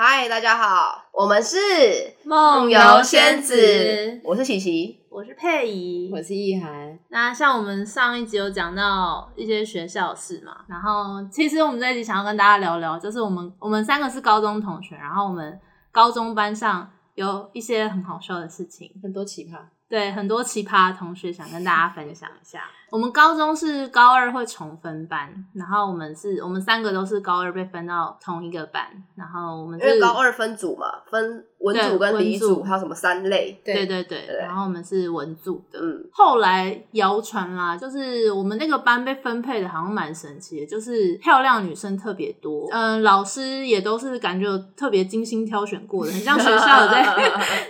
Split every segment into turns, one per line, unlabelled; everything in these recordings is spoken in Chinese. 嗨，大家好，我们是
梦游仙子，
我是琪琪。
我是佩仪。
我是意涵，
那像我们上一集有讲到一些学校事嘛，然后其实我们这一集想要跟大家聊聊，就是我们我们三个是高中同学，然后我们高中班上有一些很好笑的事情，
很多奇葩，
对，很多奇葩的同学想跟大家分享一下。我们高中是高二会重分班，然后我们是我们三个都是高二被分到同一个班，然后我们
因
是
为高二分组嘛，分文组
对
跟理
文
组，
组
还有什么三类。
对
对，
对对，
对
然后我们是文组的。
嗯，
后来谣传啦，就是我们那个班被分配的好像蛮神奇的，就是漂亮女生特别多，嗯，老师也都是感觉有特别精心挑选过的，很像学校 有 在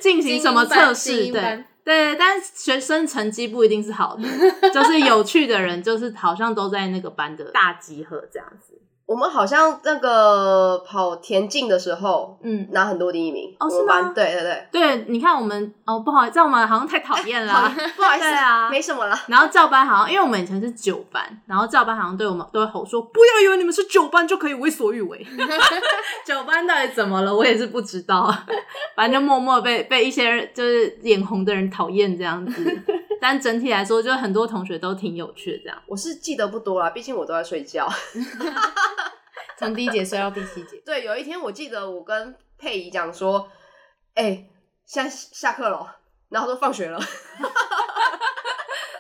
进行什么测
精
试，
英班精英
对。
班
对，但是学生成绩不一定是好的， 就是有趣的人，就是好像都在那个班的大集合这样子。
我们好像那个跑田径的时候
嗯，
拿很多第一名。
哦
我们
是吗
班对对对，
对，你看我们哦，不好意思，这样我们好像太讨厌 啦。
不好意思
对啊，
没什么啦。
然后教班好像，因为我们以前是九班，然后教班好像对我们都会吼说：“不要以为你们是九班就可以为所欲 为。” 九班到底怎么了？我也是不知道， 反正就默默被被一些人就是眼红的人讨厌这样 子。但整体来说，就是很多同学都挺有趣的这样。
我是记得不多啦，毕竟我都在睡觉。，
从第一节摔到第七节
对，有一天我记得我跟佩仪讲说，哎、现在下课了，然后都放 学了。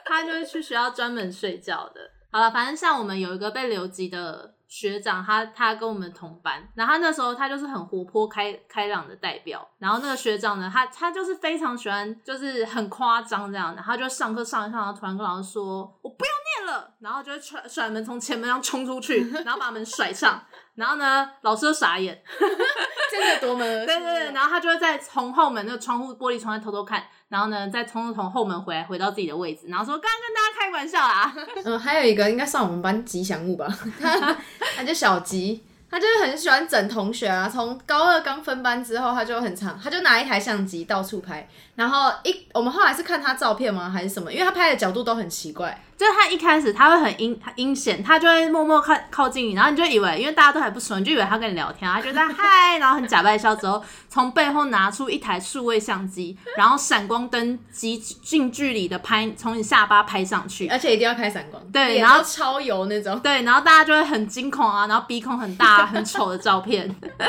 他就是去学校专门睡觉的。好了，反正像我们有一个被留级的学长，他他跟我们同班，然后他那时候他就是很活泼开开朗的代表。然后那个学长呢，他他就是非常喜欢，就是很夸张这样的。他就上课上一上，然后突然跟老师说：“我不要念了。”然后就会甩甩门从前门上冲出去，然后把门甩上。然后呢，老师就傻眼，
真的夺 门而
对对对，然后他就会再从后门那个窗户玻璃窗外偷偷看，然后呢，再从从后门回来，回到自己的位置，然后说刚刚跟大家开玩笑啦。
嗯，还有一个应该算我们班吉祥物吧，他他叫小吉，他就是很喜欢整同学啊。从高二刚分班之后，他就很常，他就拿一台相机到处拍。然后一我们后来是看他照片吗，还是什么？因为他拍的角度都很奇怪，
就是他一开始他会很阴很阴险，他就会默默靠靠近你，然后你就以为因为大家都还不熟，你就以为他跟你聊天，啊他就在嗨，然后很假扮笑之后，从背后拿出一台数位相机，然后闪光灯极近距离的拍，从你下巴拍上 去，
而且一定要开闪光，
对
脸
然后
都超油那种。
对，然后大家就会很惊恐啊，然后鼻孔很大、很丑的照片，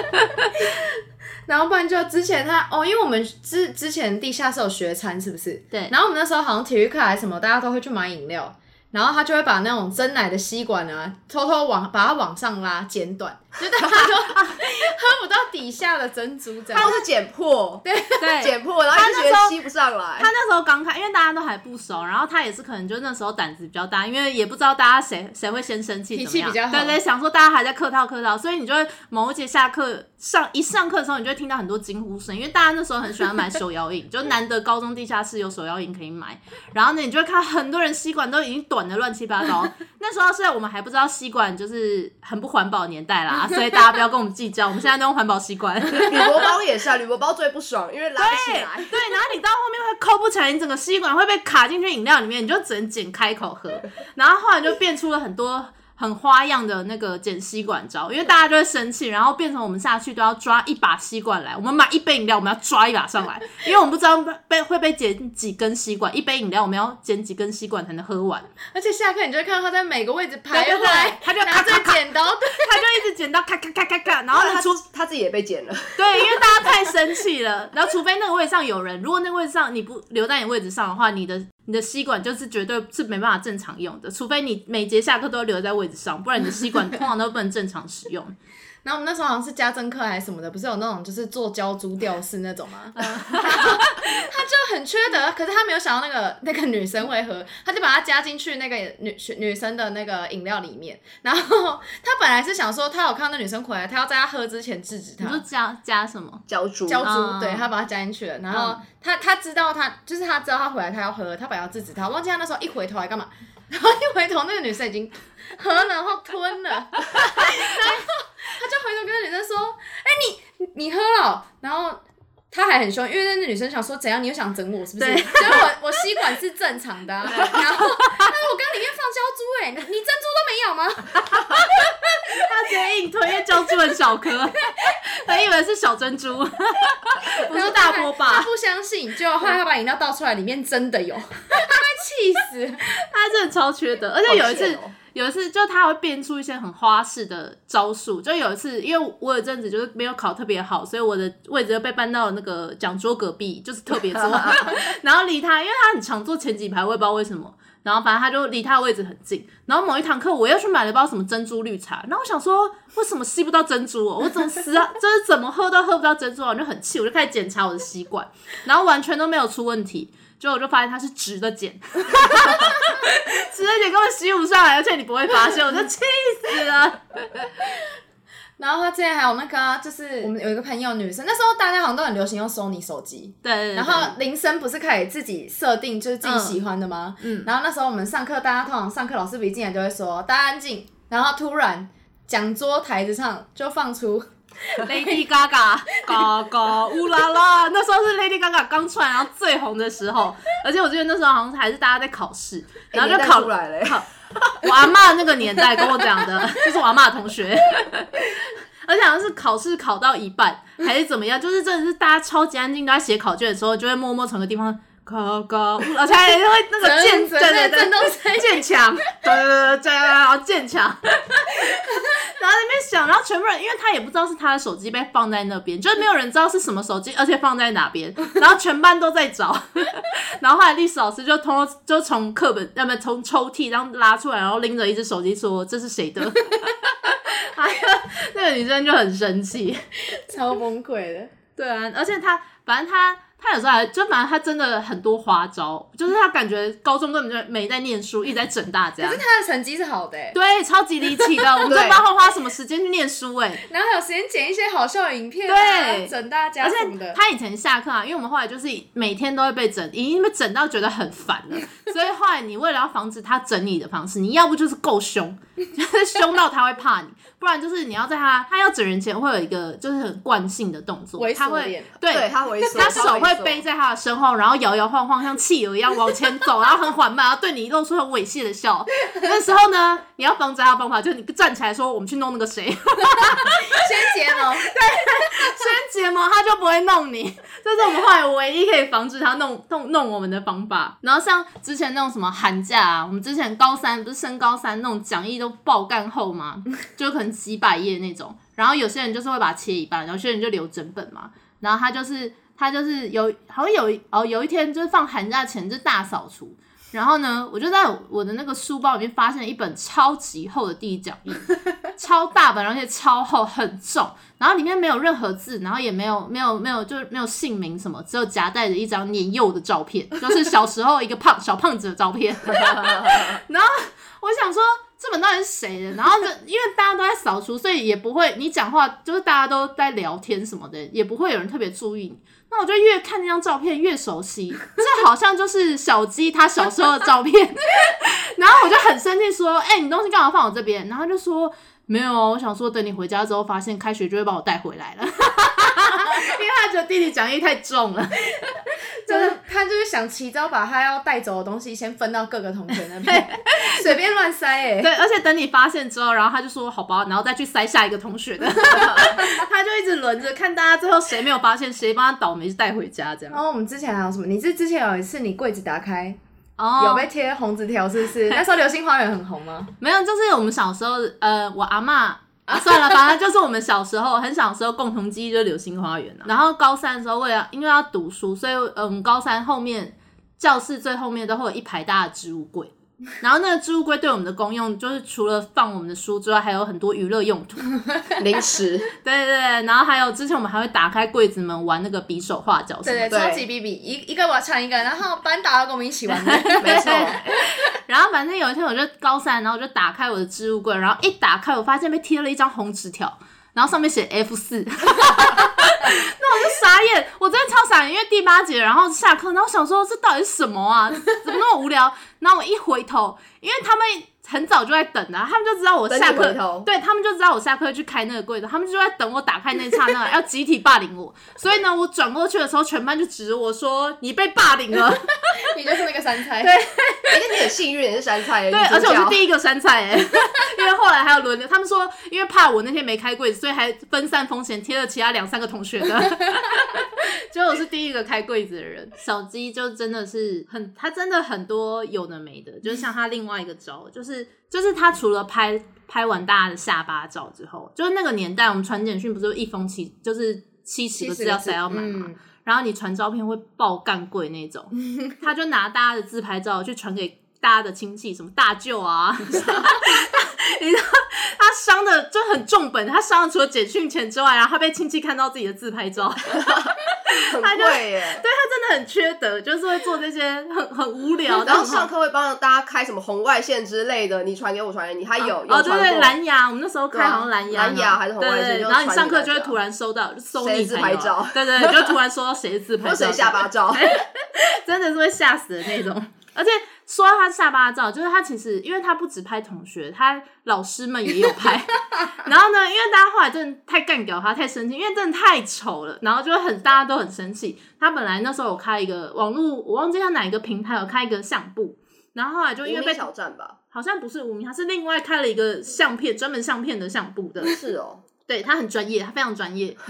然后不然就之前他哦，因为我们之之前地下室有学餐，是不是？
对
然后我们那时候好像体育课还是什么，大家都会去买饮料，然后他就会把那种真奶的吸管啊，偷偷往把它往上拉，剪短，就大家就喝不到底下的珍珠这 样
他。都是剪破，对，
对，
剪破，然后
他
一直
那
觉
时
得
候
吸不上来
他。那时候刚开，因为大家都还不熟，然后他也是可能就那时候胆子比较大，因为也不知道大家谁谁会先生气，怎
脾
么
气
样
比较好
对对，想说大家还在客套客套，所以你就会某一节下课上一上课的时候，你就会听到很多惊呼声，因为大家那时候很喜欢买手摇饮，就难得高中地下室有手摇饮可以买，然后呢，你就会看到很多人吸管都已经短的乱七八糟。那时候是我们还不知道吸管就是很不环保的年代啦，所以大家不要跟我们计较，我们现在都用环保吸管。
铝箔包也是啊，铝箔包最不爽，因为拉不起
对
来。
哎对，然后你到后面会抠不起来，你整个吸管会被卡进去饮料里面，你就只能剪开 口喝。然后后来就变出了很多很花样的那个剪吸管招，因为大家就会生气，然后变成我们下去都要抓一把吸管来。我们买一杯饮料，我们要抓一把上 来，因为我们不知道被会被剪几根吸管，一杯饮料我们要剪几根吸管才能喝完。
而且下课你就会看到他在每个位置
对
排
对
回
对
来，，
他就
拿
咔咔
着
咔，
剪刀，对，
他就一直剪到咔咔咔咔咔，然后
他
他出
他自己也被剪了，
对，因为大家太生气了。然后，除非那个位置上有人，如果那个位置上你不留在你位置上的话，你的你的吸管就是绝对是没办法正常用的。除非你每节下课都留在位置上，不然你的吸管通常都不能正常使用。
然后我们那时候好像是家政课还是什么的，不是有那种就是做胶珠吊饰那种吗？然后 他就很缺德，可是他没有想到那个那个女生会喝，他就把它加进去那个女女生的那个饮料里面。然后他本来是想说，他有看到那女生回来，他要在她喝之前制止
你就
她。
加加什么？
胶珠
胶珠，
嗯
对他把它加进去了，然后
嗯
他他知道他就是他知道他回来他要喝，他本来要制止他，忘记他那时候一回头还干嘛， 然后一回头那个女生已经喝了，然后吞了，他就回头跟那女生说：“哎、你你喝了。”然后他还很凶，因为那女生想说：“怎样？你又想整我是不是？”
对
所以我我吸管是正 常的啊、然后，但是我刚里面放胶珠、哎，你你珍珠都没有吗？
他直接硬推，因为胶质很小颗，而 本以为是小珍珠， 不是大波
他
霸，
不相信，就后来他把饮料倒出来，里面真 的有，他会气死。
他真的超缺德。而且有一
好
次，
贱哦
有一次就他会变出一些很花式的招数。就有一次，因为我有一阵子就是没有考特别好，所以我的位置就被搬到那个讲桌隔壁，就是特别桌。然后离他，因为他很常坐前几排，我也不知道为什么。然后反正他就离他的位置很近。然后某一堂课，我又去买了包什么珍珠绿茶，然后我想说，为什么吸不到珍珠哦？我怎么死啊？就是怎么喝都喝不到珍珠啊！我就很气，我就开始检查我的吸管，然后完全都没有出问题。结果我就发现它是直的碱，直的碱根本吸不上来，而且你不会发现，我 就气死了。
然后他之前还有那个啊、就是我们有一个朋友女生，那时候大家好像都很流行用 Sony 手机，
对对对
然后铃声不是可以自己设定就是自己喜欢的吗？
嗯嗯
然后那时候我们上课，大家通常上课老师不一进来就会说大家安静，然后突然讲桌台子上就放出
Lady Gaga 搞搞乌拉拉，那时候是 Lady Gaga 刚出来然后最红的时候，而且我记得那时候好像还是大家在考试，
哎
然后就
年代
考
出来了
考我阿妈那个年代跟我讲的，就是我阿妈同学， 而且好像是考试考到一半还是怎么样，就是真的是大家超级安静，都在写考卷的时候，就会默默从个地方搞搞乌拉，而且还会那个剑对
整整那
对
个
对
震动声音。
建 强，对对对对，然后建强，然后在那边 想，然后全部人，因为他也不知道是他的手机被放在那边，就是没有人知道是什么手机，而且放在哪边， 然后全班都在找， 然后后来历史老师就通就从课本，要么从抽屉然后拉出来，然后拎着一只手机说这是谁的， 哎呀，那个女生就很生气。
超崩溃 的，
对啊，而且他反正他他有时候还就反正他真的很多花招，就是他感觉高中根本就没在念书，一直在整大家
可是。他的成绩是好的、欸，
对，超级离奇的，我们都不知道他花什么时间去念书哎、
然后还有时间剪一些好笑的影片、啊，
对
整大家
而
什么
且。
的
他以前下课啊，因为我们后来就是每天都会被整，已经被整到觉得很烦了。 所以后来你为了要防止他整你的方式，你要不就是够凶， 就是凶到他会怕你；不然就是你要在他他要整人前会有一个就是很惯性的动作
猥，
他
琐
会
脸啊
对他猥琐，
他手会背
着，
在他的身后，然后摇摇晃晃，像汽油一样往前走，然后很缓慢，然后对你露出很猥亵的笑。那时候呢，你要防止他的方法就是你站起来说：“我们去弄那个谁。”
先哦睫毛，
先睫毛，他就不会弄你。这是我们后来唯一可以防止他弄弄弄我们的方法。然后像之前那种什么寒假啊，我们之前高三不是升高三那种讲义都爆干厚嘛，就可能几百页那种。然后有些人就是会把它切一半，然后有些人就留整本嘛。然后他就是他就是有好像有一哦有一天就是放寒假前就大扫除。然后呢，我就在我的那个书包里面发现了一本超级厚的第一讲义，超大本，而且超厚，很重。然后里面没有任何字，然后也没有没有没有就是没有姓名什么，只有夹带着一张年幼的照片，就是小时候一个胖小胖子的照片。然后我想说。这本到底是谁的？然后就因为大家都在扫除，所以也不会你讲话，就是大家都在聊天什么的，也不会有人特别注意你。那我就越看那张照片越熟悉，这好像就是小鸡他小时候的照片。 然后我就很生气说：“哎、你东西干嘛放我这边？”然后他就说：“没有啊，我想说等你回家之后，发现开学就会把我带回来了。” 因为他觉得弟弟讲义太重了，
就是他就是想奇招把他要带走的东西先分到各个同学那 边，随便乱塞哎、
对，而且等你发现之后，然后他就说好吧，然后再去塞下一个同学的，他就一直轮着看大家最后谁没有发现，谁帮他倒霉就带回家这样。
哦然后我们之前还有什么？你是之前有一次你柜子打开、
哦
有被贴红纸条，是不 是？那时候流星花园很红吗？
没有，就是我们小时候，呃，我阿嬷啊，算了，反正就是我们小时候很小时候共同记忆就是《流星花园》啊。然后高三的时候，为了因为要读书，所以嗯，高三后面教室最后面都会有一排大的置物柜。然后那个置物柜对我们的功用，就是除了放我们的书之外，还有很多娱乐用途。
零食，
对对对，然后还有之前我们还会打开柜子门玩那个比手画脚什么的
对对，
对
超级 B B，一一个我唱一个，然后班达要跟我们一起玩 的。
没错，哎
然后反正有一天我就高三，然后我就打开我的置物柜，然后一打开，我发现被贴了一张红纸条，然后上面写 F 四。 那我就傻眼，我真的超傻眼，因为第八节，然后下 课，然后想说这到底是什么啊？怎么那么无聊？然后我一回头，因为他们很早就在等啊，他们就知道我
等
下
你
课
回头，
对他们就知道我下课会去开那个柜子，他们就在等我打开那一刹那要集体霸凌我，所以呢，我转过去的时候，全班就指着我说你被霸凌了，
你就是那个山菜，
对
哎，那你很幸运，你是山菜耶，
对，
女主
而且我是
角
第一个杉菜 哎、因为后来还有轮流，他们说因为怕我那天没开柜子，所以还分散风险贴了其他两三个同学 的，结果我是第一个开柜子的人。小鸡就真的是很，他真的很多有的没的，就是像他另外一个 招，就是就是他除了拍拍完大家的下巴照之后，就是那个年代我们传简讯不是一封七就是七十个字要谁要买吗？
嗯
然后你传照片会爆干贵那种， 他就拿大家的自拍照去传给大家的亲戚，什么大 舅啊，你知道他伤的就很重本，他伤的除了解训钱之外，然后他被亲戚看到自己的自拍照，
很
他就
会耶。
对他真的很缺德，就是会做这些很 很无聊，
然后
但是
上课会帮大家开什么红外线之类的，你传给我，传给你，他有
哦，
有
对
传
对，
过。啊
蓝牙，我们那时候开好像蓝牙，
蓝牙还是红外线
对对，
就
然后你
传
上
给
课
大
就会
家
突然收到，就搜
谁
你
自
才
拍
有啊
照
对对，你就突然收到谁的自 拍
或
照，
谁下巴 照？
真的是会吓死的那种。 而且说到他下巴照，就是他其实，因为他不只拍同学，他老师们也有拍。然后呢，因为大家后来真的太干掉他，太生气，因为真的太丑了，然后就很大家都很生气。他本来那时候有开一个网络，我忘记他哪一个平台有开一个相簿，然后后来就因为
因
被
为挑战 吧？
好像不是无名，他是另外开了一个相片专门相片的相簿的，
是 哦，
对他很专业，他非常专业。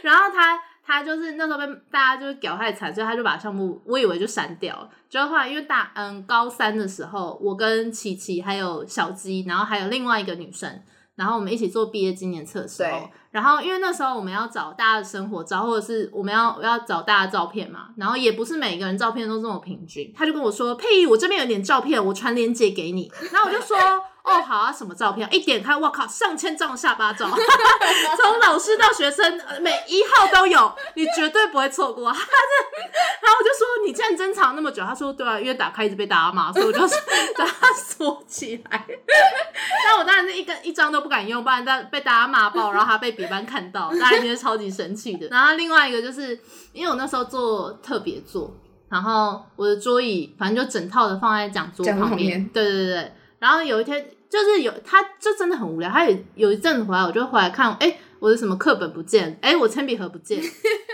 然后他他就是那时候被大家就是屌太惨，所以他就把项目我以为就删掉了。结果后来因为大嗯高三的时候，我跟琪琪还有小鸡，然后还有另外一个女生，然后我们一起做毕业纪念册的时候
对，
然后因为那时候我们要找大家的生活照，或者是我们要我要找大家的照片嘛，然后也不是每个人照片都这么平均。他就跟我说：“佩仪，我这边有点照片，我传链接给你。”然后我就说：“哦，好啊，什么照片？”一点开，我靠，上千张下巴照， 从老师到学生，呃每一号都有，你绝对不会错过。他 这，然后我就说：“你竟然珍藏那么久？”他说：“对啊，因为打开一直被大家骂，所以我就把它锁起来。”但我当然是一根一张都不敢用，不然但被大家骂爆，然后他被别班看到，大家一定是超级生气 的。然后另外一个就是因为我那时候做特别做，然后我的桌椅反正就整套的放在讲桌
讲桌
旁
旁边
对对对对。然后有一天就是有他，就真的很无聊。他有有一阵子回来，我就回来看，哎、我的什么课本不见，哎、我铅笔盒不见。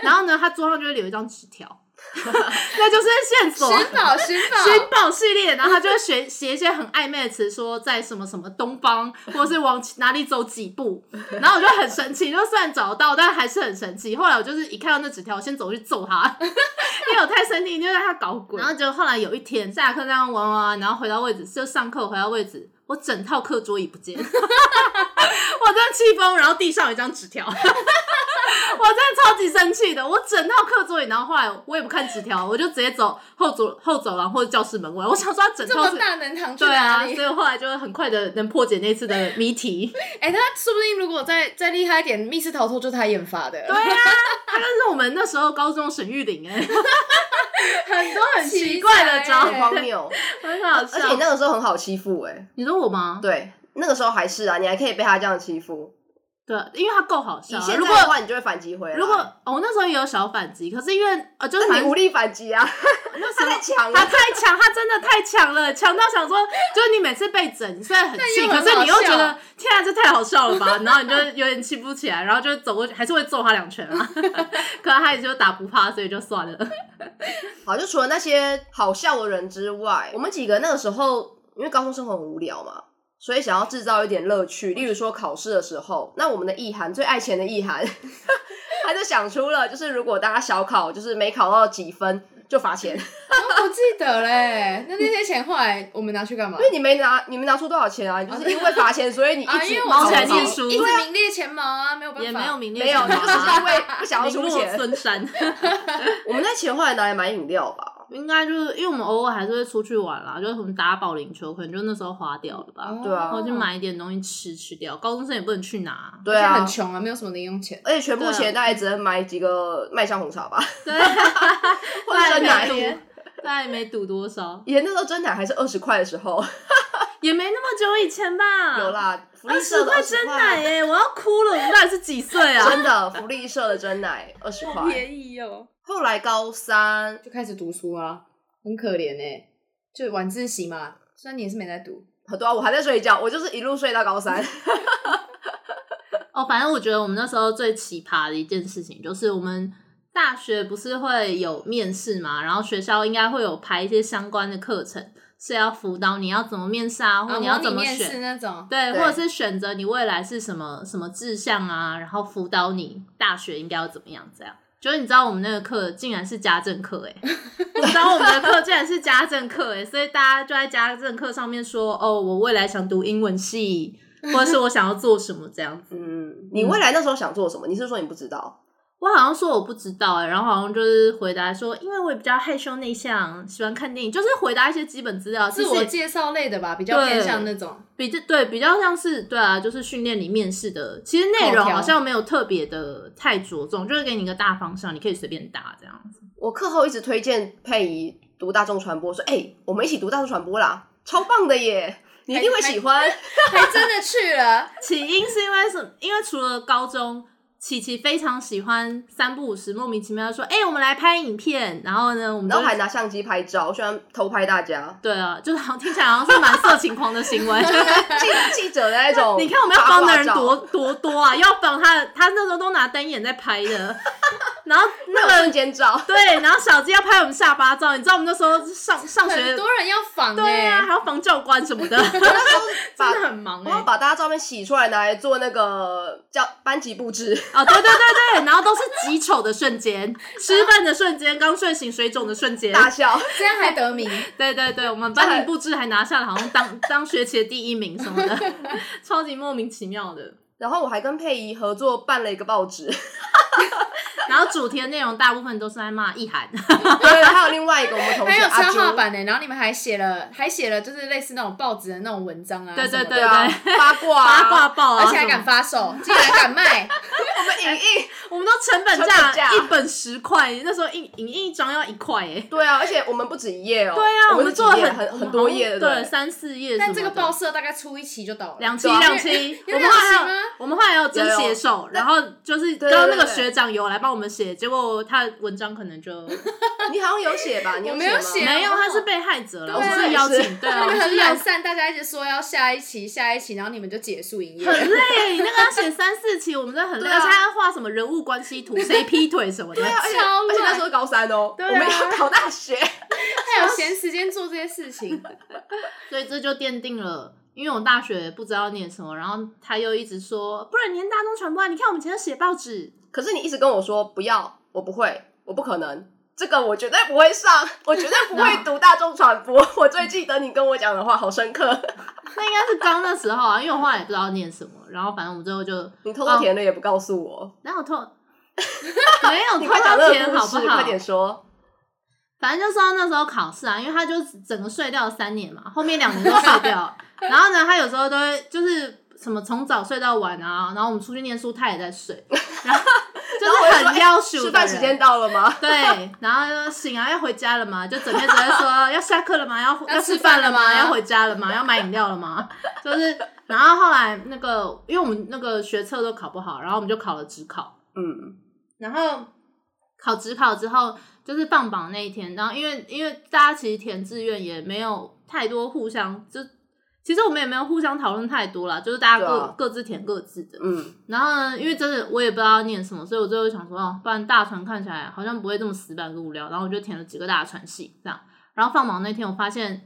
然后呢，他桌上就会留一张纸条，那就是线索。
寻宝寻
寻
宝，
宝系列，然后他就会写写一些很暧昧的词，说在什么什么东方，或是往哪里走几步，然后我就很生气，就虽然找到，但还是很生气。后来我就是一看到那纸条，我先走去揍他，因为我太生气，因为他搞鬼。然后就后来有一天下课这样玩玩玩，然后回到位置，就上课回到位置，我整套课桌椅不见，我真的气疯，然后地上有一张纸条。 我真的超级生气的，我整套课桌椅，然后后来我也不看纸条，我就直接走后走后走廊或者教室门外。我想说他整
这
套
么
是，
大能堂去
对啊，
哪
所
里？
以我后来就很快的能破解那次的谜题。
哎，他说不定如果再再厉害一点，密室逃脱就是他研发的，
对啊，他就是我们那时候高中沈玉玲哎、很多很奇怪的招，
奇欸
很荒
对
谬，
很好
而且
笑
你。那个时候很好欺负哎。
你说我吗？
对，那个时候还是啊，你还可以被他这样欺负。
对，因为他够好
你
笑啊。
现
如
在
果
的话，你就会反击回来。
如果哦，我那时候也有小反击，可是因为呃，就是
那
反
你无
正
力反击啊，
那时
他
候
太强
他
了。
太强，他真的太强了，强到想说，就是你每次被整，虽然很气，
但又
可
很
是你又
好笑
觉得天啊，这太好笑了吧？然后你就有点气不起来，然后就走过去，还是会揍他两拳啊。 可能他也就打不怕，所以就算了。
好，就除了那些好笑的人之外，我们几个那个时候因为高中生活很无聊嘛，所以想要制造一点乐趣。例如说考试的时候，那我们的意涵最爱钱的意涵， 他就想出了，就是如果大家小考就是没考到几分就罚钱， 因
我不记得嘞。那那些钱后来我们拿去干嘛？
为你没拿你们拿出多少钱啊？你就是因为罚钱，所以你一
啊，因
直
为
考
我
毛起来
考
念书
一直名列前茅啊，没有办法，
也没有名列
没有，
前
你
茅
就
啊
是因为不想要
名
出
落
钱。
孙山。
我们那钱后来拿来买饮料吧，
应该就是因为我们偶尔还是会出去玩啦，就是什么打保龄球，可能就那时候花掉了吧。
哦
对啊
然后去买一点东西吃吃掉，高中生也不能去拿。
对
而且
啊
很，穷啊，没有什么零用钱。
而且全部
对
钱
啊
大概只能买几个麦香红茶 吧，
对，啊
或者
大
真
概
奶。
没赌，大概没赌多少，
以前那时候真奶还是二十块的时候，
也没那么久以前吧。
有啦，福利
啊二
社的
十块
二十
真奶
块，
耶、哎我要哭了！我们到底是几岁啊？
真的福利社的真奶二十块。
宜哦，
后来高三
欸就开始读书啊，很可怜哎、就晚自习嘛，虽然你也是没在读，
对啊，我还在睡觉，我就是一路睡到高 三。
哦，反正我觉得我们那时候最奇葩的一件事情，就是我们大学不是会有面试嘛，然后学校应该会有排一些相关的课程，是要辅导你要怎么面试啊，或者
啊
你要
模拟
怎么
面
选
试那种，
对，
对
或者是选择你未来是什么什么志向啊，然后辅导你大学应该要怎么样，这样。就是你知道我们那个课竟然是家政课哎、欸，你知道我们的课竟然是家政课哎、欸，所以大家就在家政课上面说哦，我未来想读英文系，或者是我想要做什么这样子。
嗯，你未来那时候想做什么？你是说你不知道？
我好像说我不知道哎、欸，然后好像就是回答说，因为我也比较害羞内向，喜欢看电影，就是回答一些基本资料，
自
其实
我介绍类的吧，比较
啊对
偏向那种。
比较对，比较像是对啊，就是训练你面试的，其实内容好像没有特别的太着重，就是给你一个大方向，你可以随便答这样子。
我课后一直推荐佩仪读大众传播，说哎、我们一起读大众传播啦，超棒的 耶，你一定会喜欢。
还真的去了，
起因是因为是，因为除了高中，琪琪非常喜欢三不五时莫名其妙地说，哎、我们来拍影片，然后呢，我们
然
就
后还拿相机拍照，喜欢偷拍大家，
对啊，就是好像听起来好像是蛮色情狂的行 为。
记记者的那种八卦照。
你看我们要帮的人多
哦
多多啊，要帮他，他那时候都拿单眼在拍的， 然后
那个瞬间 照，
对，然后小鸡要拍我们下巴照，你知道我们那时候上上学
很多人要仿
对啊，
哎，
还要防教官什么的， 哦
那
真
时候把
的很忙
我
哎、
哦
要把大家照片洗出来，拿来做那个叫班级布置。
哦，对对对对，然后都是极丑的瞬间，吃饭的瞬间，刚睡醒水肿的瞬间，
大笑，
这样还 得名。
对对对，我们班级布置还拿下了好像当 当学期的第一名什么的， 超级莫名其妙的。
然后我还跟佩仪合作办了一个报纸，
然后主题的内容大部分都是在骂意涵，
对，还有另外一个我们同
还
学
有
阿
插画
朱，
版欸呢，然后你们还写了，还写了就是类似那种报纸的那种文章啊，
对对
什么的
对啊，八卦啊
八卦，报啊
而
什么，
且还敢发售，竟然敢 卖，
我们影印，
我们都成本
成本价
价一本十块，那时候影影印一张要一块哎、
对啊，而且我们不止一页哦，
对啊，
我
们
们
做了
几页
很
很
很
很多页的，
对，三四页什么的。
但这个报社大概出一期就倒了，
两 期
对啊
两期，
有
我们后来
两期
还有
吗
我们后来还有真写手，然后就是
哦对
刚刚那个
对对
学长有来帮我们写，结果他的文章可能 就
你好像有写吧？你
我
有
没有
写
写
吗？
没有，他是被害者了，
对
我
啊
们是邀请，对啊，
那
我
个
们
很
是邀
懒散，大家一直说要下一期，下一期，然后你们就结束营业。
很累，那个要写三四期，我们真的很累，
对啊
而且还要画什么人物关系图，谁劈腿什么的
对。啊，而且
超
而且那
乱
时候高三哦，
对啊
我们要考大学，
还有闲时间做这些 事情，
所以这就奠定了，因为我大学不知道念什么，然后他又一直说，不然你念大众传播啊，你看我们以前写报纸，
可是你一直跟我说不要，我不会，我不可能。这个我绝对不会上，我绝对不会读大众传播。 我最记得你跟我讲的话，好深刻。
那应该是刚那时候啊，因为我后来也不知道念什么，然后反正我们最后就
你偷偷填了也不告诉我，
哪 有偷？没有
你
偷
快讲这
到
个
钱，
故
好
事，
不
快
好？
点说。
反正就是那时候考试啊，因为他就整个睡掉了三年嘛，后面两年都睡掉 了。然后呢，他有时候都会就是什么从早睡到晚啊，然后我们出去念书，他也 在睡，然后
然后我
就
就是说
很
哎
要求
吃饭时间。到了吗？
对，然后就醒啊，要回家了嘛，就整天只会 说要下课了吗？要
要
要吃
吃
饭
饭
了
了
吗？
吗
要回家了吗？要买饮料了吗？就是，然后后来那个，因为我们那个学测都考不好，然后我们就考了职考，
嗯，
然后考职考之后，就是放榜那一天，然后因为因为大家其实填志愿也没有太多互相，就其实我们也没有互相讨论太多啦，就是大家各、
对啊
各自填各自的。
嗯，
然后呢，因为真的我也不知道要念什么，所以我最后想说，哦，不然大船看起来好像不会这么死板跟无聊，然后我就填了几个大船系这样。然后放榜那天，我发现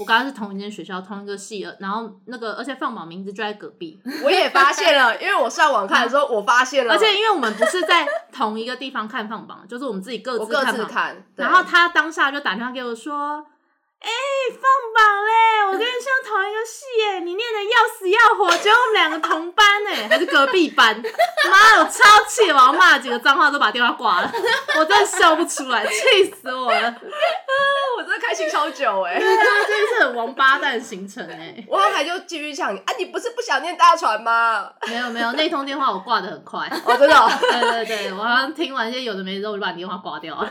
我刚刚是同一间学校同一个系，呃然后那个而且放榜名字就在隔壁，
我也发现了，因为我上网看的时候，我发现了，
而且因为我们不是在同一个地方看放榜，就是我们自己各
我
自
各
看
自
榜。
看，对
然后他当下就打电话给我说：“哎、放榜嘞！ 我跟你上同一个系耶，你念的要死要活，结果我们两个同班 哎，还是隔壁班。妈，我超气，我要骂了几个脏话，都把电话挂了，我真的笑不出 来，气死我了！
我真的开心超久哎、
对，真的是很王八蛋行程哎。
我后来就继续呛你啊，你不是不想念大船吗？
没有没有，那通电话我挂的很快。
哦，真的哦、
对对对，我好像听完一些有的没的之后，我就把电话挂掉了，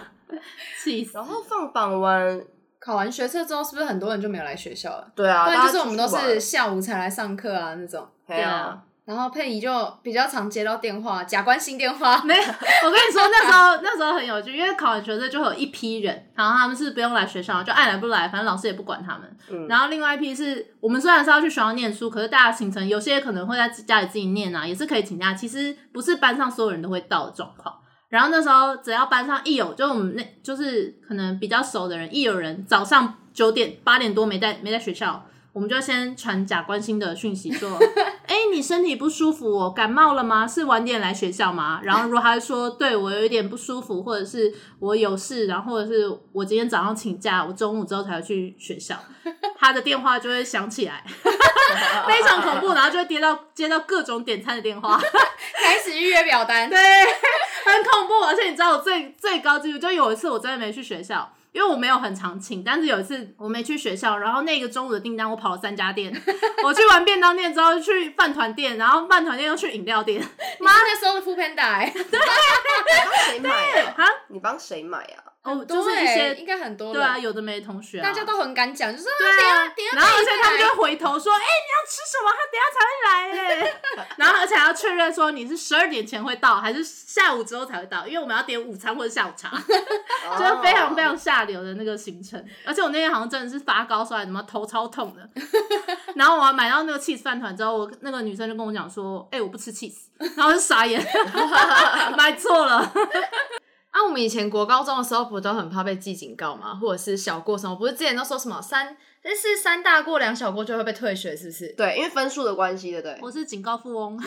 气死。
然后放榜完，
考完学测之后，是不是很多人就没有来学校了？
对啊，
不然
大家
就是我们都
出去玩
是下午才来上课啊那种。
对啊，
然后佩仪就比较常接到电话，假关心电话，
没有，我跟你说，那时候那时候很有趣，因为考完学测就会有一批人，然后他们是不用来学校，就爱来不来，反正老师也不管他们。
嗯
然后另外一批是我们虽然是要去学校念书，可是大家行程有些可能会在家里自己念啊，也是可以请假，其实不是班上所有人都会到的状况。然后那时候只要班上一有，就我们那就是可能比较熟的人，一有人早上九点八点多没在没在学校，我们就先传假关心的讯息说，哎、你身体不舒服哦，感冒了吗？是晚点来学校吗？然后如果他说对我有一点不舒服，或者是我有事，然后或者是我今天早上请假，我中午之后才会去学校，他的电话就会响起来， 非常恐怖，然后就会接到接到各种点餐的电话。
开始预约表单。
对，很恐怖。而且你知道我最最高纪录，就有一次我真的没去学校，因为我没有很常请，但是有一次我没去学校，然后那个中午的订单我跑了三家店， 我去完便当店之后去饭团店，然后饭团店又去饮料店，
妈，那时候的 f o o Panda，欸
帮谁买啊？
啊，
你帮谁买啊？
哦， 就
多
是一
欸
些
应该很多
对
人
啊，，有的没的同学、啊，
大家都很敢讲，就是啊
对啊
等一，下
然后而
等一
且
下
他们就会回头说：“哎、你要吃什么？他等一下才会来、 欸。”然后而且还要确认说你是十二点前会到，还是下午之后才会到，因为我们要点午餐或者下午 茶，就是非
哦
常非常下流的那个行程。而且我那天好像真的是发高烧，还怎么头超痛 的。然后我买到那个 cheese 饭团之后，我那个女生就跟我讲说：“哎、我不吃 cheese。”然后我就傻眼，
哦
买错了。
啊，我们以前国高中的时候不都很怕被记警告吗？或者是小过什么？不是之前都说什么三，但是三大过两小过就会被退学，是 不是？
对，因为分数的关系，对不对？
我是警告富 翁。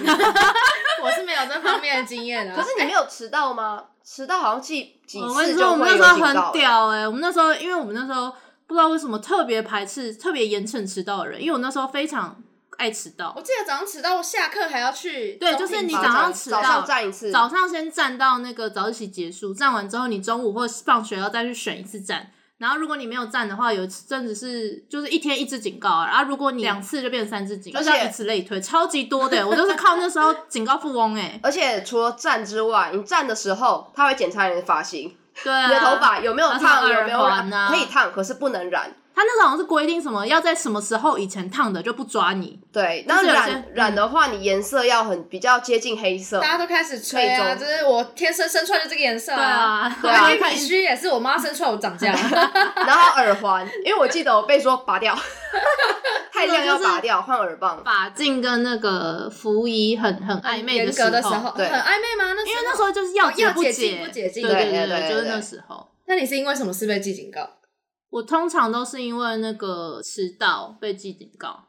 我是没有这方面的经验啊。
可是你没有迟到吗？迟到好像记几
哎我跟
次
你
就
说，我们
会
那
有
时候
警告
很
了。
屌哎、我们那时候因为我们那时候不知道为什么特别排斥、特别严惩迟到的人，因为我那时候非常爱迟到
我。记得早上迟到，我下课还要去
对
中庭
就是你
吧
早上迟到
早上站一次，
早上先站到那个早自习结束，站完之后你中午或是放学要再去选一次站。然后如果你没有站的话，有一阵子是就是一天一次警告、啊，然后如果你两次就变成三次警告，
而
就
且
这样以此类推，超级多的、欸我都是靠那时候警告富翁哎、
而且除了站之外，你站的时候他会检查你的发型，
对啊，
你的头发有没有
然后
烫，
什么
有没有
耳
染
环啊
可以烫，可是不能染。
他那时候好像是规定什么要在什么时候以前烫的就不抓你，
对，
就
那
是嗯有
染
些
染的话，你颜色要很比较接近黑 色。
大家都开始吹啊，
退中
就是我天生生出来就这个颜色
对
啊。
啊，
对啊
因为必须也是我妈生出来我长这样，啊
然后耳环，因为我记得我被说拔 掉，太亮要拔掉，换耳棒。
法镜跟那个服仪很很 暧昧
严
时
格的时
候，
候，
对
很暧昧吗？那
因为那时候就是要
哦要
不
解
解
禁不解禁
对
对
对
对对
就是
对
那时候。
那你是因为什么事被记警告？
我通常都是因为那个迟到被记警告，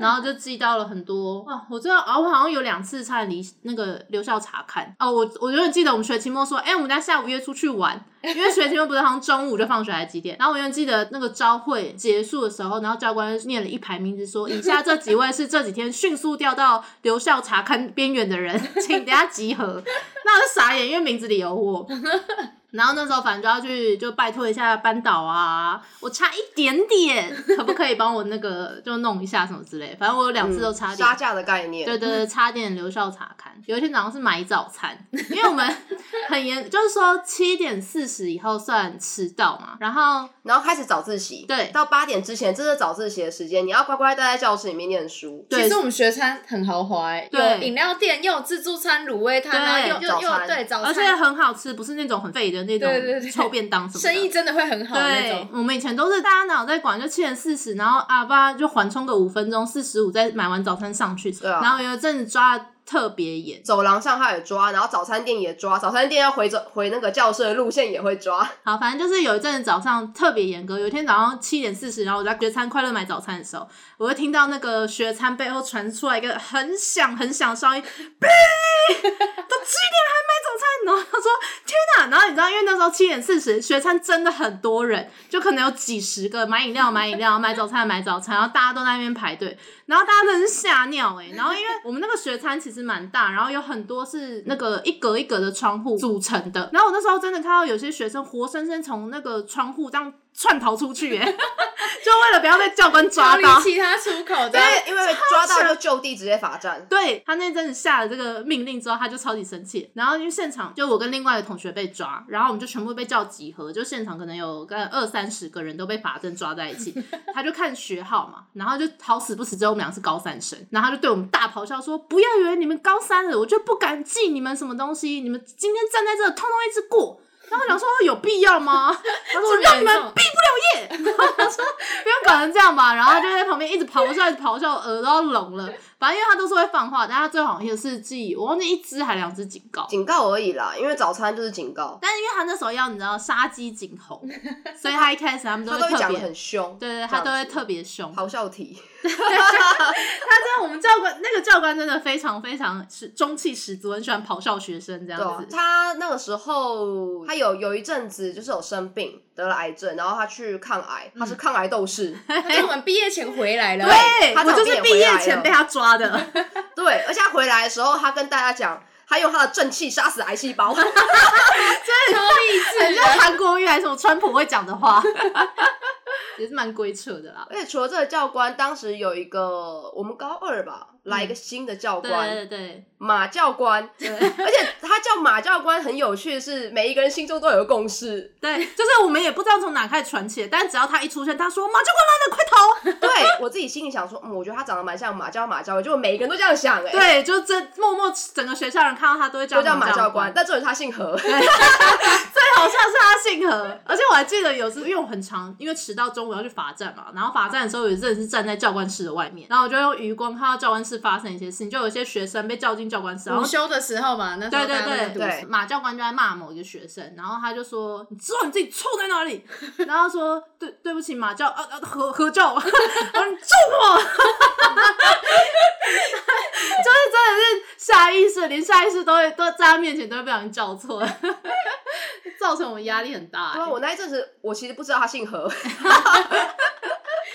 然后就记到了很多哇！我真的啊，我好像有两次差点离那个留校查看哦。我我永远记得我们学期末说，哎、我们家下午约出去玩，因为学期末不是好像中午就放学还是几点？然后我永远记得那个招会结束的时候，然后教官念了一排名字说，以下这几位是这几天迅速调到留校查看边缘的人，请大家集合。那我就傻眼，因为名字里有我。然后那时候反正就要去，就拜托一下班导啊，我差一点点，可不可以帮我那个就弄一下什么之类？反正我有两次都差点。
嗯杀价的概念。
对对对，差点留校查看。有一天早上是买早餐，因为我 们很严，就是说七点四十以后算迟到嘛。然后
然后开始早自习，
对
到八点之前，这是早自习的时间，你要乖乖待在教室里面念书。
对
其实我们学餐很豪华、欸，
对
有饮料店，又有自助餐、卤味摊，然后
对
又
早
又
餐
又对早餐，
而且很好吃，不是那种很废的那
对对对
种臭便当什么的。
生意真的会很好的那
对
种，。
我们以前都是大家哪有在管，就七点四十，然后啊，爸就缓冲个五分钟，四十五再买完早餐上去。
啊
然后有一阵子抓得特别严，
走廊上他也抓，然后早餐店也抓，早餐店要回走回那个教室的路线也会抓。
好，反正就是有一阵子早上特别严格，有一天早上七点四十，然后我在学餐快乐买早餐的时候，我就听到那个学餐背后传出来一个很响很响的声音，哔，都七点还买早餐，然后他说天哪，然后你知道，因为那时候七点四十，学餐真的很多人，就可能有几十个买饮料买饮料，买早餐买早餐，然后大家都在那边排队，然后大家真的是吓尿哎、欸，然后因为我们那个学餐其实蛮大，然后有很多是那个一格一格的窗户组成的，然后我那时候真的看到有些学生活生生从那个窗户这样窜逃出去、耶， 就为了不要被教官抓
逃
到
离。其他出口
因
的，
为因为被抓到就就地直接罚站。
对他那阵子下了这个命令之后，他就超级生气。然后因为现场就我跟另外一个同学被抓，然后我们就全部被叫集合，就现场可能有个二三十个人都被法证抓在一起。他就看学号嘛，然后就好死不死，只有我们俩是高三生，然后他就对我们大咆哮说：“不要以为你们高三了，我就不敢记你们什么东西，你们今天站在这通通一直过。”然后我想说哦有必要吗？他说我让你们
闭
不用搞成这样吧。然后他就在旁边一直咆哮，一直咆哮，耳都要聋了。反正因为他都是会放话，但他最好也是记，我忘记一只还两只警 告。
警告而已啦，因为早餐就是警告，
但是因为他那时候要你知道杀鸡儆 猴，所以他一开始他们都
他
会
都会
特
讲的
别，
很凶，
对对，对他都会
这样子
特别凶。
咆哮 体，啊
他真的，我们教官那个教官真的非常非常是中气十足，很喜欢咆哮学生这
对啊
样子。
他那个时候，他有有一阵子就是有生病，得了癌症，然后他去抗癌，他是抗癌斗士，
跟我们毕业前回来了，
对，
他
我就
早
是
就
毕
回
业
来
前
了
被他抓的，
对，而且他回来的时候，他跟大家讲，他用他的正气杀死癌细 胞，
超励
很
志
像
的。
韩国瑜还是什么川普会讲的 话，也是蛮鬼扯的啦。
而且除了这个教官，当时有一个我们高二吧，来一个新的教
嗯对
官、
对对
马教官，
对
而且他叫马教官很有趣的是，每一个人心中都有个共识，
对，就是我们也不知道从哪开始传起来，但只要他一出现，他说马教官来了，快逃！
对我自己心里想说，嗯，我觉得他长得蛮像马教马教，结果每一个人都这样想、欸，哎，
对，就这默默整个学校人看到他都会叫
就叫马
教
教官，。但重点是他姓何，
最好笑是他姓何，而且我还记得有次，因为我很常因为迟到中午要去罚站嘛，然后罚站的时候有一阵是站在教官室的外面，然后我就用余光看到教官室发生一些事情，就有一些学生被叫进教官室，然后
午休的时候嘛，那时
对
候
对
大家都在
对
读
对
马教官就在骂某一个学生，然后他就说：“你知道你自己错在哪里？” 然后他说：“对对不起，马教呃呃何何 教，然后你揍我！”就是真的是下意识，连下意识都会都在他面前都会不小心叫错， 造成我压力很大、
对啊，
欸。
我那一阵子我其实不知道他姓何，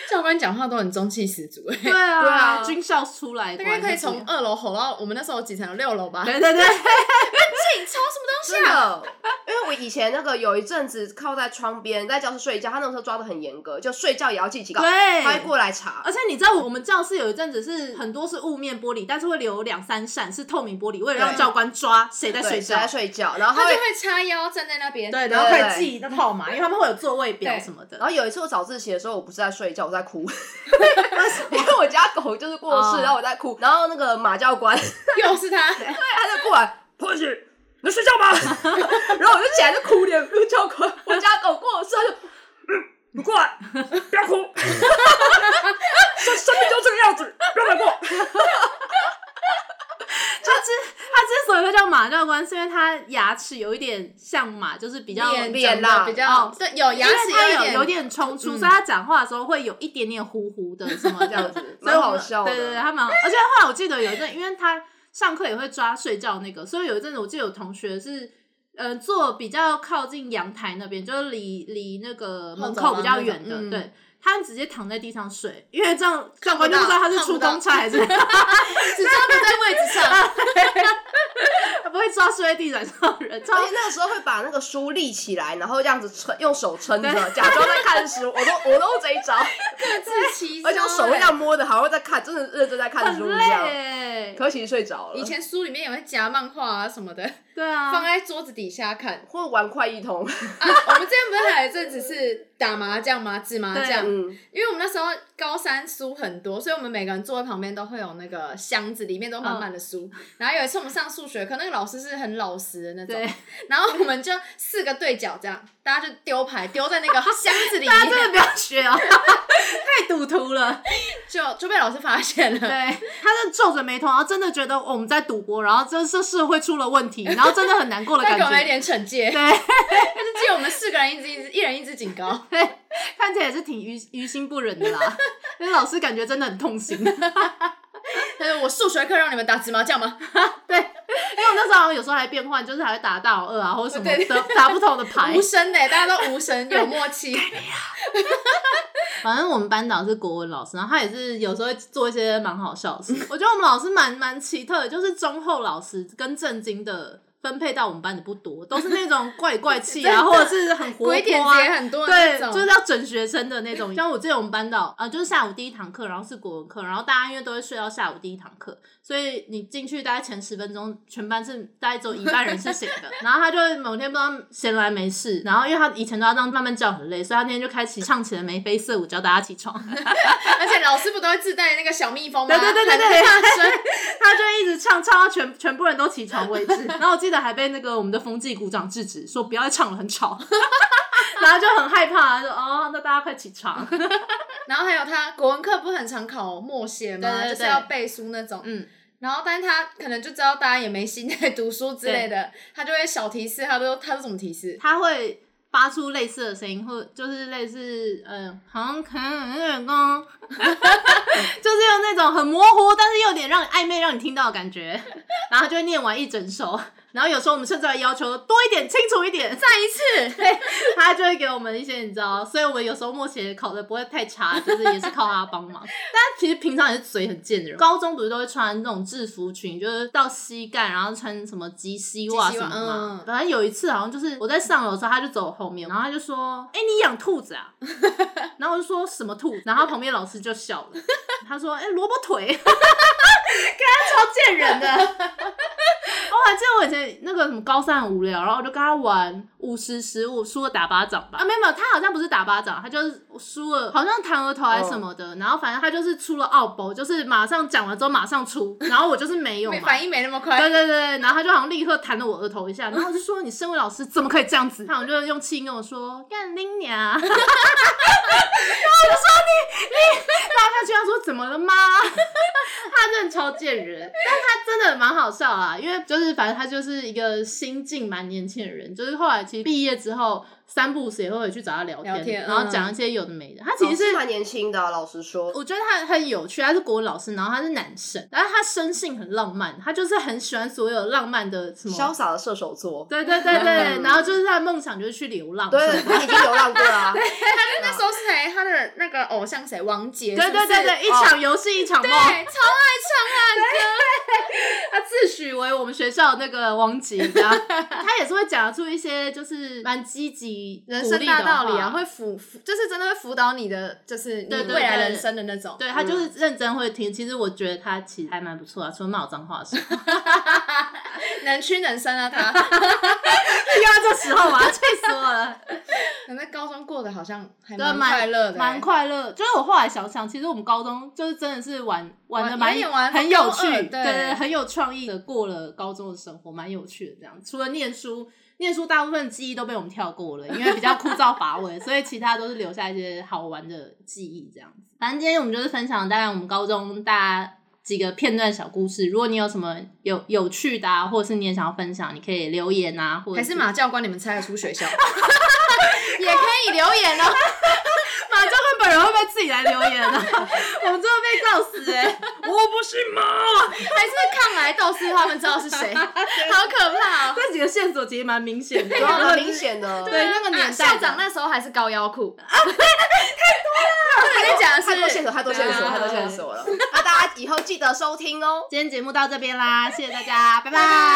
教官讲话都很中气十足， 欸
对 啊，
对啊
军校出来果
大概
然
可以
是不一
从
样
二楼吼到我们那时候几层？有六楼吧？
对对对，
自己吵什
真的，因为我以前那个有一阵子靠在窗边在教室睡觉，他那个时候抓的很严格，就睡觉也要记警告，
对
他会过来查。
而且你知道，我们教室有一阵子是很多是雾面玻璃，但是会留两三扇是透明玻璃，为了让
对
教官抓谁在
对
睡
谁
觉。
在睡觉，然后
他
会
就会叉腰站在那边。
对，
对
然后
对
开始记那号码，因为他们会有座位表
对
什么的
然。后有一次我早自习的时候，我不是在睡觉，我在 哭， 因为我家狗就是过世，
哦
然后我在哭，然后那个马教官，
又是他，
他就过来，破去，你在睡觉吗？ 然后我就起来就哭脸，因为教官，我家狗过世，他就，嗯，你过来，不要哭， 生生命就这个样子，不要难过。
他之他之所以会叫马教官，是因为他牙齿有一点像马，就是比较
脸
脸
长得
啦
比较
哦
对，有牙
因为
齿
他
点
有有点冲出，所以他讲话的时候会有一点点糊糊的什么
这
这
样
样
子
子，
蛮
所以我
好
们
笑的
对对对，他蛮好，而且后来我记得有一阵，因为他上课也会抓睡觉那个，所以有一阵子我记得有同学是。呃，坐比较靠近阳台那边，就是离离那个门口比较远的，
哦后走廊那种嗯
对他直接躺在地上睡，因为这样教官
不
就
到
不知道他是
看不
出
到
公差还 是
只知道他在位 置上，
他不会抓睡在地上的人，超
哎
而且那个时候会把那个书立起来，然后这样子撑，用手撑着，假装在看书。我都我都用这一招，
各自其
而且我手会这样摸的，好像在看，真的认真在看
很
书一
累
样。
欸。
可是其实睡着了，
以前书里面也会夹漫画啊什么的，
对
放
呃啊，
在桌子底下看。
或玩快一通，
啊， 我们之前不是还有一阵子是打麻将吗？纸麻
对啊
将，
嗯，
因为我们那时候高三书很多，所以我们每个人座位旁边都会有那个箱子，里面都满满的书。
嗯
然后有一次我们上数学课，那个老师是很老实的那种
对，，
然后我们就四个对角这样，大家就丢牌丢在那个箱子 里
大家真的
面，
不要学哦， 太赌徒了。
就就被老师发现
对，
了。
他真的皱着眉头，然后真的觉得哦我们在赌博，然后这这社会出了问题，然后真的很难过的
再
感
给我们一
觉。
点惩戒，
对，
他 就记得我们四个人一直一直一人一只警告，
看起来也是挺于于心不忍 的啦。因为老师感觉真的很痛心，因为
他说我数学课让你们打芝麻酱吗？
我那时候好像有时候还变换，就是还会打大老二啊，或者什么
对
的打不同的牌
无。声的，大家都无声，有默 契。
反正我们班长是国文老师，然后他也是有时候会做一 些蛮好笑的事。我觉得我们老师蛮蛮奇特的，就是忠厚老师跟正经的分配到我们班的不多，都是那种怪里怪气啊，
真的
或者是很活泼
鬼点
啊
子也。很多的
对
那，种，
就是要整学生的那种。 像我记得我们班导啊、呃就是下午第一堂课，然后是国文课，然后大家因为都会睡到下午第一堂课，所以你进去大概前十分钟，全班是大概只有一半人是醒 的。然后他就某天不知道闲来没事，然后因为他以前都要这样慢慢叫很累，所以他那天就开始唱起了眉飞色舞，教大家起 床。
而且老师不都会自带那个小蜜蜂吗？
对对对对对
很大声，
他就一直唱唱到全全部人都起床为 止。然后我记得还被那个我们的风纪股长制止，说不要再唱了，很吵。 然后就很害怕，就哦，那大家快起床。
然后还有他国文课不是很常考默写吗？
对对对
就是要背书那种。
嗯，
然后，但是他可能就知道大家也没心在读书之类的，他就会小提示，他都他是什么提示？
他会发出类似的声音，或就是类似嗯，好像可能有点刚，就是用那种很模糊，但是又有点让你暧昧，让你听到的感觉。然后他就会念完一整首。然后有时候我们甚至还要求多一点、清楚一点，
再一次，
他就会给我们一些你知道，所以我们有时候默写考的不会太差，就是也是靠他帮忙。但其实平常也是嘴很贱的人，高中不是都会穿那种制服裙，就是到膝盖，然后穿什么及膝袜什么的嘛
及膝袜嗯。
反正有一次好像就是我在上楼的时候，他就走我后面，然后他就说：“哎、你养兔子啊？” 然后我就说什么兔子，然后旁边老师就笑了，他说：“哎、萝卜腿。”跟他超贱人的。我还记得我以前那个什么高三很无聊，然后我就跟他玩五十十五，输了打巴掌吧。啊，没有没有，他好像不是打巴掌，他就是输了，嗯好像弹额头还是什么的。然后反正他就是出了奥博，就是马上讲完之后马上出，然后我就是没有
没
嘛。
反应没那么快，
对对对，然后他就好像立刻弹了我额头一 下，然后我就说：“你身为老师怎么可以这样子？”他好像就用气音跟我说：“干拎娘。”啊 然后我就说：“你你。”然后他居然说：“怎么了吗？” 他真的超贱人，但他真的蛮好笑啊，因为就是反正他就是一个心境蛮年轻的人，就是后来其实毕业之后三不五时也会回去找他聊天，
聊天
然后
嗯
讲一些有的没的。他其
其
实是
实蛮年轻的啊、老实说，
我觉得他很有趣，他是国文老师，然后他是男生，然后他生性很浪漫，他就是很喜欢所有浪漫的什
潇
么。
洒的射手座，
对对对对，
嗯
然后就是他的梦想就是去流浪，
对
是吗，
他已经流浪过啊啦、
哎那时候是谁？他的那个偶像谁？王杰？
对对对对，一
哦
场游戏一场梦，
对，超
他自诩为我们学校的那个王杰，这 样他也是会讲出一些就是蛮积极
人
鼓
生
励
大
的
道理啊，
话
会辅辅，就是真的会辅导你的，就是你
对对
未来
对
人生的那种。
对他就是认真会听。其实我觉得他其实还蛮不错啊的，除了骂我脏话的 时候，
能屈能伸啊，他
要这时候嘛， 气死我了。
可 能高中过得好像还
对，啊蛮
快乐的欸，
蛮快乐。就是我后来想想，其实我们高中就是真的是玩玩的蛮
有点玩
很有
高
趣，
二
对
对
对，很有创意的过了高中的生活，蛮有趣的。这样除了念书，念书大部分记忆都被我们跳过了，因为比较枯燥乏味，所以其他都是留下一些好玩的记忆这样子。反正今天我们就是分享大概我们高中大家。几个片段小故事，如果你有什么有有趣的、啊，或者是你也想要分享，你可以留言啊，或者
还是
是
马教官，你们猜得出学校？也可以留言哦。
马教官本人会不会自己来留言 呢、我们真的被告死哎、我不信吗？
还是抗来斗士他们知道 是谁，好可怕哦！
这几个线索其实蛮明显的，
对啊，很明显的。
对那个年代
啊
的
校长那时候还是高腰裤啊，太多了。我
太
跟你
多
讲的是
线索，太多线索，
对啊
太多线索了。那大家以后记得收听哦。
今天节目到这边啦，谢谢大家，拜拜。